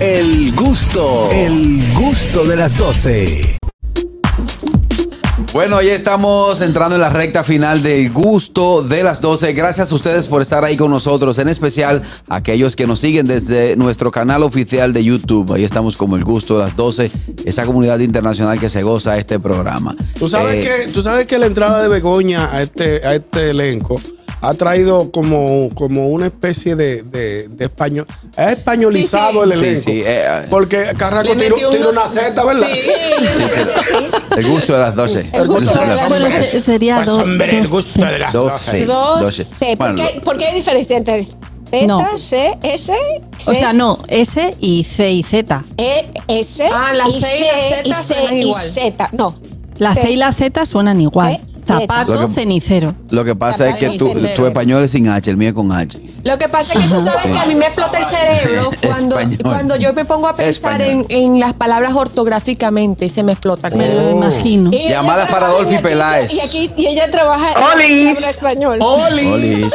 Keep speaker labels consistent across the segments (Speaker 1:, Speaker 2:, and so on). Speaker 1: El gusto, el gusto de las 12.
Speaker 2: Bueno, ya estamos entrando en la recta final del gusto de las 12. Gracias a ustedes por estar ahí con nosotros, en especial a aquellos que nos siguen desde nuestro canal oficial de YouTube. Ahí estamos como el gusto de las 12, esa comunidad internacional que se goza de este programa.
Speaker 3: Tú sabes,
Speaker 2: Eh,
Speaker 3: que, tú sabes que la entrada de Begoña a este, a este elenco ha traído como, como una especie de, de, de español. Ha españolizado
Speaker 2: Sí,
Speaker 3: el
Speaker 2: sí.
Speaker 3: elenco.
Speaker 2: Sí, sí, eh,
Speaker 3: porque Carraco
Speaker 4: Le
Speaker 3: tiró,
Speaker 4: metió
Speaker 3: tiró
Speaker 4: un-
Speaker 3: una Z, ¿verdad?
Speaker 4: Sí, le metió- sí.
Speaker 2: El gusto de las 12.
Speaker 4: El gusto de las
Speaker 5: Bueno,
Speaker 4: Hombre,
Speaker 5: se- sería
Speaker 3: Pues,
Speaker 5: do-
Speaker 3: hombre, el
Speaker 5: doce.
Speaker 3: gusto de las
Speaker 2: 12.
Speaker 3: doce.
Speaker 4: Dos,
Speaker 2: 12.
Speaker 4: T. ¿Por,
Speaker 2: Bueno,
Speaker 4: qué, por qué hay diferencia entre Z,
Speaker 5: No.
Speaker 4: C, S, C,
Speaker 6: ¿Eh?
Speaker 5: O sea, no, S y C y Z.
Speaker 4: E, S,
Speaker 6: Ah, las
Speaker 4: y
Speaker 6: C y
Speaker 4: C,
Speaker 6: las Z
Speaker 4: y C,
Speaker 6: suenan
Speaker 4: y
Speaker 6: igual.
Speaker 4: Z? No.
Speaker 5: La C y la Z suenan igual.
Speaker 4: Eh,
Speaker 2: Lo
Speaker 5: Zapato,
Speaker 2: que-
Speaker 5: cenicero.
Speaker 2: lo que pasa es que tu, tu español es sin H, el mío es con H.
Speaker 6: Lo que pasa es que tú sabes
Speaker 2: Sí.
Speaker 6: que a mí me explota el cerebro cuando,
Speaker 2: Español.
Speaker 6: cuando yo me pongo a pensar en,
Speaker 2: Español.
Speaker 6: en las palabras ortográficamente y se me explota el
Speaker 5: Me
Speaker 6: cerebro.
Speaker 5: lo imagino.
Speaker 4: Y ella
Speaker 2: Llamadas para
Speaker 4: trabaja
Speaker 2: Dolphy
Speaker 4: y aquí-
Speaker 2: Peláez.
Speaker 4: Y aquí y ella trabaja
Speaker 7: Oli.
Speaker 4: y habla español.
Speaker 2: Olis.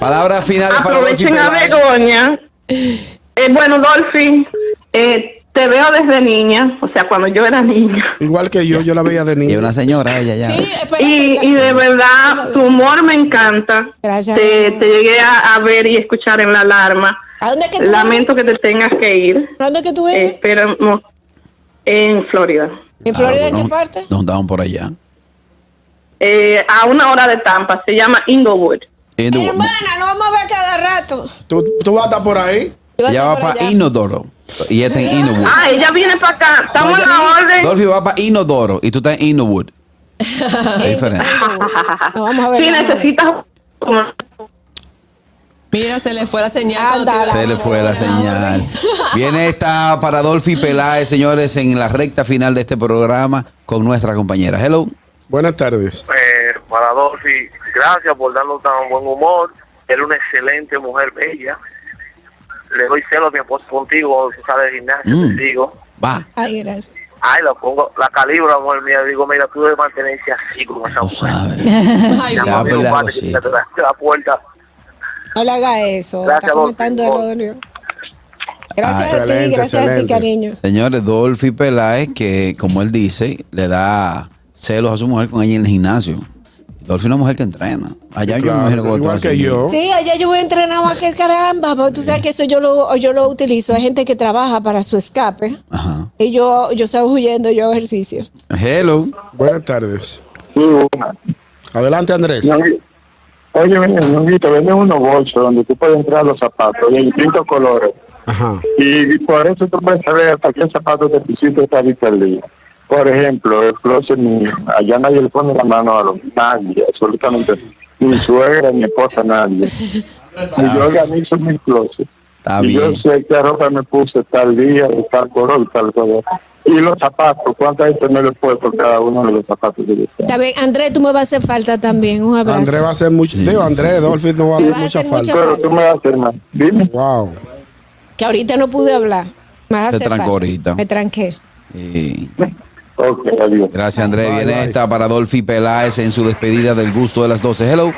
Speaker 2: Palabras finales
Speaker 7: Ah,
Speaker 2: para Dolphy
Speaker 7: Aprovechen a
Speaker 2: Peláez.
Speaker 7: Begoña. Eh, bueno, Dolphy, eh, te veo desde niña, o sea, cuando yo era niña.
Speaker 3: Igual que yo, yo la veía de
Speaker 2: Y
Speaker 3: niño.
Speaker 2: una señora, ella ya.
Speaker 4: Sí, espera,
Speaker 7: Y,
Speaker 4: espera.
Speaker 7: y de verdad, tu humor me encanta.
Speaker 4: Gracias,
Speaker 7: Te,
Speaker 4: amor.
Speaker 7: te llegué a, a ver y escuchar en la alarma.
Speaker 4: ¿A dónde es que tú
Speaker 7: Lamento que te tengas que ir.
Speaker 4: vives? ¿A dónde es que tú
Speaker 7: Eh,
Speaker 4: vives?
Speaker 7: esperamos en Florida.
Speaker 4: ¿En Florida en
Speaker 2: Ah,
Speaker 4: qué
Speaker 2: no,
Speaker 4: parte?
Speaker 2: Nos andaban por allá.
Speaker 7: Eh, a una hora de Tampa, se llama Inglewood.
Speaker 2: Y tú-
Speaker 4: Hermana, no vamos a ver cada rato.
Speaker 3: ¿Tú, tú vas a estar por ahí.
Speaker 2: Ella va para Inodoro. Y ella está en Innowood.
Speaker 7: Ah, ella viene para acá. Estamos en la orden.
Speaker 2: Dolphy va para Inodoro y tú estás en Innowood. Es diferente.
Speaker 4: No, vamos a ver.
Speaker 7: Si
Speaker 4: vamos a ver.
Speaker 7: necesitas...
Speaker 6: Mira, se le fue la señal.
Speaker 4: Anda,
Speaker 6: cuando te-
Speaker 2: Se le fue
Speaker 4: Ah,
Speaker 2: la señal. Viene esta para Dolphy Peláez, señores, en la recta final de este programa con nuestra compañera. Hello.
Speaker 3: Buenas tardes.
Speaker 8: eh, para Dolphy, gracias por darnos tan buen humor. Eres una excelente mujer bella. Le doy celo a mi esposa contigo, tú sabes gimnasia
Speaker 2: Mm.
Speaker 8: contigo.
Speaker 2: Va.
Speaker 4: Ay, gracias.
Speaker 8: Ay, la pongo, la calibro, amor mía. Digo, mira, tú debes mantenerse así como esa
Speaker 2: No
Speaker 8: mujer.
Speaker 2: sabes.
Speaker 6: Ay,
Speaker 2: Ya,
Speaker 6: guau.
Speaker 8: Llámame un
Speaker 2: pues, la
Speaker 8: guante que te
Speaker 2: cosita.
Speaker 8: la- te la puerta.
Speaker 4: No le haga eso.
Speaker 8: Gracias,
Speaker 4: Está comentando el
Speaker 8: Dolphy.
Speaker 4: odio. Gracias
Speaker 3: Ah,
Speaker 4: a ti,
Speaker 3: excelente,
Speaker 4: gracias a ti,
Speaker 3: excelente.
Speaker 4: cariño.
Speaker 2: Señores, Dolphy Peláez, que como él dice, le da celos a su mujer con ella en el gimnasio. Dolphy es una mujer que entrena. Allá yo me
Speaker 3: Claro,
Speaker 2: imagino
Speaker 3: igual
Speaker 2: estaba
Speaker 3: que
Speaker 2: haciendo.
Speaker 3: yo.
Speaker 4: Sí, allá yo voy entrenado a aquel caramba, porque tú sabes que eso yo lo, yo lo utilizo. Hay gente que trabaja para su escape
Speaker 2: Ajá.
Speaker 4: y yo, yo salgo huyendo, yo hago ejercicio.
Speaker 2: Hello.
Speaker 3: Buenas tardes. Adelante, Andrés.
Speaker 8: Oye, Ñonguito, venden unos bolsos donde tú puedes entrar los zapatos de distintos colores.
Speaker 3: Ajá.
Speaker 8: Y por eso tú puedes saber hasta qué zapato te pusiste esta vista al día. Por ejemplo, el closet mío, allá nadie le pone la mano a los nadie, absolutamente. Ni suegra, ni esposa, nadie. Y yo organizo mi closet.
Speaker 2: Está
Speaker 8: y yo
Speaker 2: bien.
Speaker 8: sé qué ropa me puse tal día, de tal color, tal color. Y los zapatos, ¿cuántas veces me los puedo por cada uno de los zapatos que yo tengo?
Speaker 4: Está bien, Andrés, tú me vas a hacer falta también. Un abrazo.
Speaker 3: Andrés va a hacer mucho.
Speaker 2: Sí,
Speaker 3: digo, Andrés,
Speaker 2: sí.
Speaker 3: Dolphy no va a
Speaker 4: Le
Speaker 3: hacer
Speaker 4: vas a
Speaker 3: mucha
Speaker 4: hacer
Speaker 3: falta.
Speaker 4: mucha
Speaker 8: Pero tú me vas a hacer más. Dime.
Speaker 3: Wow.
Speaker 4: Que ahorita no pude hablar. Me vas a
Speaker 2: Te
Speaker 4: hacer
Speaker 2: trancó
Speaker 4: falta.
Speaker 2: ahorita.
Speaker 4: Me tranqué.
Speaker 2: Eh,
Speaker 8: Ok, adiós.
Speaker 2: Gracias, Andrés.
Speaker 3: Bye,
Speaker 2: Viene
Speaker 3: bye.
Speaker 2: esta para Dolphy Peláez en su despedida del gusto de las 12. Hello.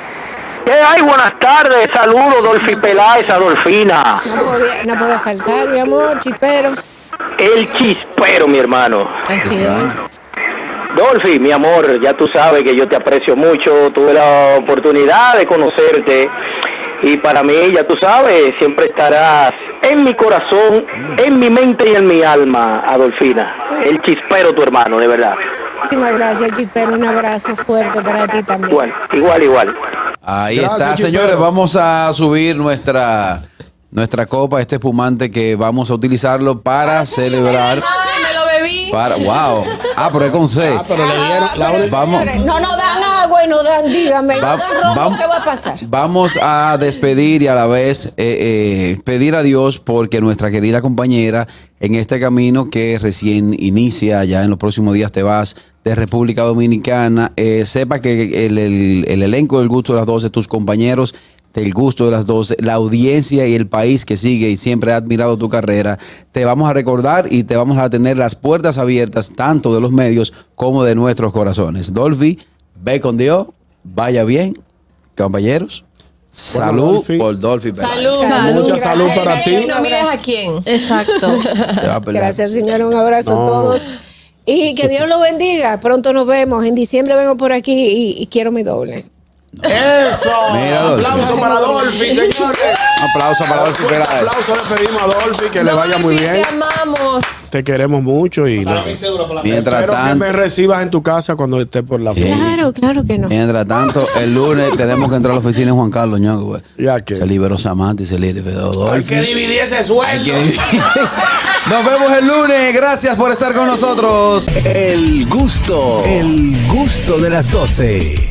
Speaker 8: ¿Qué hay? Buenas tardes. Saludos, Dolphy Peláez, Adolfina.
Speaker 4: No podía, no podía faltar, mi amor, chipero.
Speaker 8: El chispero, mi hermano.
Speaker 4: Así
Speaker 3: Este,
Speaker 4: es.
Speaker 2: Está.
Speaker 8: Dolphy, mi amor, ya tú sabes que yo te aprecio mucho, tuve la oportunidad de conocerte y para mí, ya tú sabes, siempre estarás en mi corazón, en mi mente y en mi alma, Adolfina. El chispero, tu hermano, de verdad.
Speaker 4: Muchísimas gracias, chipero. Un abrazo fuerte para ti también.
Speaker 8: Igual, igual, igual.
Speaker 2: Ahí
Speaker 3: Gracias,
Speaker 2: está,
Speaker 3: Chipero.
Speaker 2: señores. Vamos a subir nuestra, nuestra copa, este espumante que vamos a utilizarlo para celebrar.
Speaker 6: Ay, me lo bebí.
Speaker 2: Para, wow. Ah, pero es con C.
Speaker 3: Ah, pero le dieron la
Speaker 4: Pero,
Speaker 3: orden-
Speaker 2: vamos.
Speaker 4: señores, No, no dan agua y no dan, dígame.
Speaker 2: Va-
Speaker 4: no dan romo,
Speaker 2: vam-
Speaker 4: ¿Qué va a pasar?
Speaker 2: Vamos a despedir y a la vez eh, eh, pedir a Dios porque nuestra querida compañera en este camino que recién inicia, ya en los próximos días te vas de República Dominicana, eh, sepa que el, el- el elenco del gusto de las 12, tus compañeros del gusto de las 12, la audiencia y el país que sigue y siempre ha admirado tu carrera, te vamos a recordar y te vamos a tener las puertas abiertas tanto de los medios como de nuestros corazones. Dolphy, ve con Dios, vaya bien, compañeros. Salud
Speaker 3: Dolphy.
Speaker 2: por Dolphy. Peláez.
Speaker 6: Salud.
Speaker 5: Salud.
Speaker 3: Mucha salud para ti. Ah,
Speaker 6: No mires a quién.
Speaker 5: Exacto.
Speaker 2: Se va a pelear.
Speaker 4: Gracias, señor. Un abrazo
Speaker 3: No.
Speaker 4: a todos. Y que Dios lo bendiga. Pronto nos vemos. En diciembre vengo por aquí y, y quiero mi doble.
Speaker 3: Eso.
Speaker 2: Mira, Dolphy.
Speaker 3: aplauso para Dolphy, señores.
Speaker 2: Un aplauso para Dolphy.
Speaker 3: Un
Speaker 2: Peláez.
Speaker 3: aplauso le pedimos a Dolphy que le vaya muy
Speaker 6: Dolphy,
Speaker 3: bien.
Speaker 6: Te amamos.
Speaker 3: Te queremos mucho y nada.
Speaker 2: Mientras
Speaker 3: espero que
Speaker 2: tanto.
Speaker 3: me recibas en tu casa cuando estés por la
Speaker 2: Sí.
Speaker 3: fiesta.
Speaker 4: Claro, claro que no.
Speaker 2: Mientras tanto, el lunes tenemos que entrar a la oficina de Juan Carlos Ñongo, güey.
Speaker 3: ¿Ya qué?
Speaker 2: Se liberó Samantha y se liberó
Speaker 9: Hay
Speaker 2: Dolphy.
Speaker 9: que dividir ese sueldo.
Speaker 2: Hay que- Nos vemos el lunes. Gracias por estar con nosotros.
Speaker 1: El gusto, el gusto de las 12.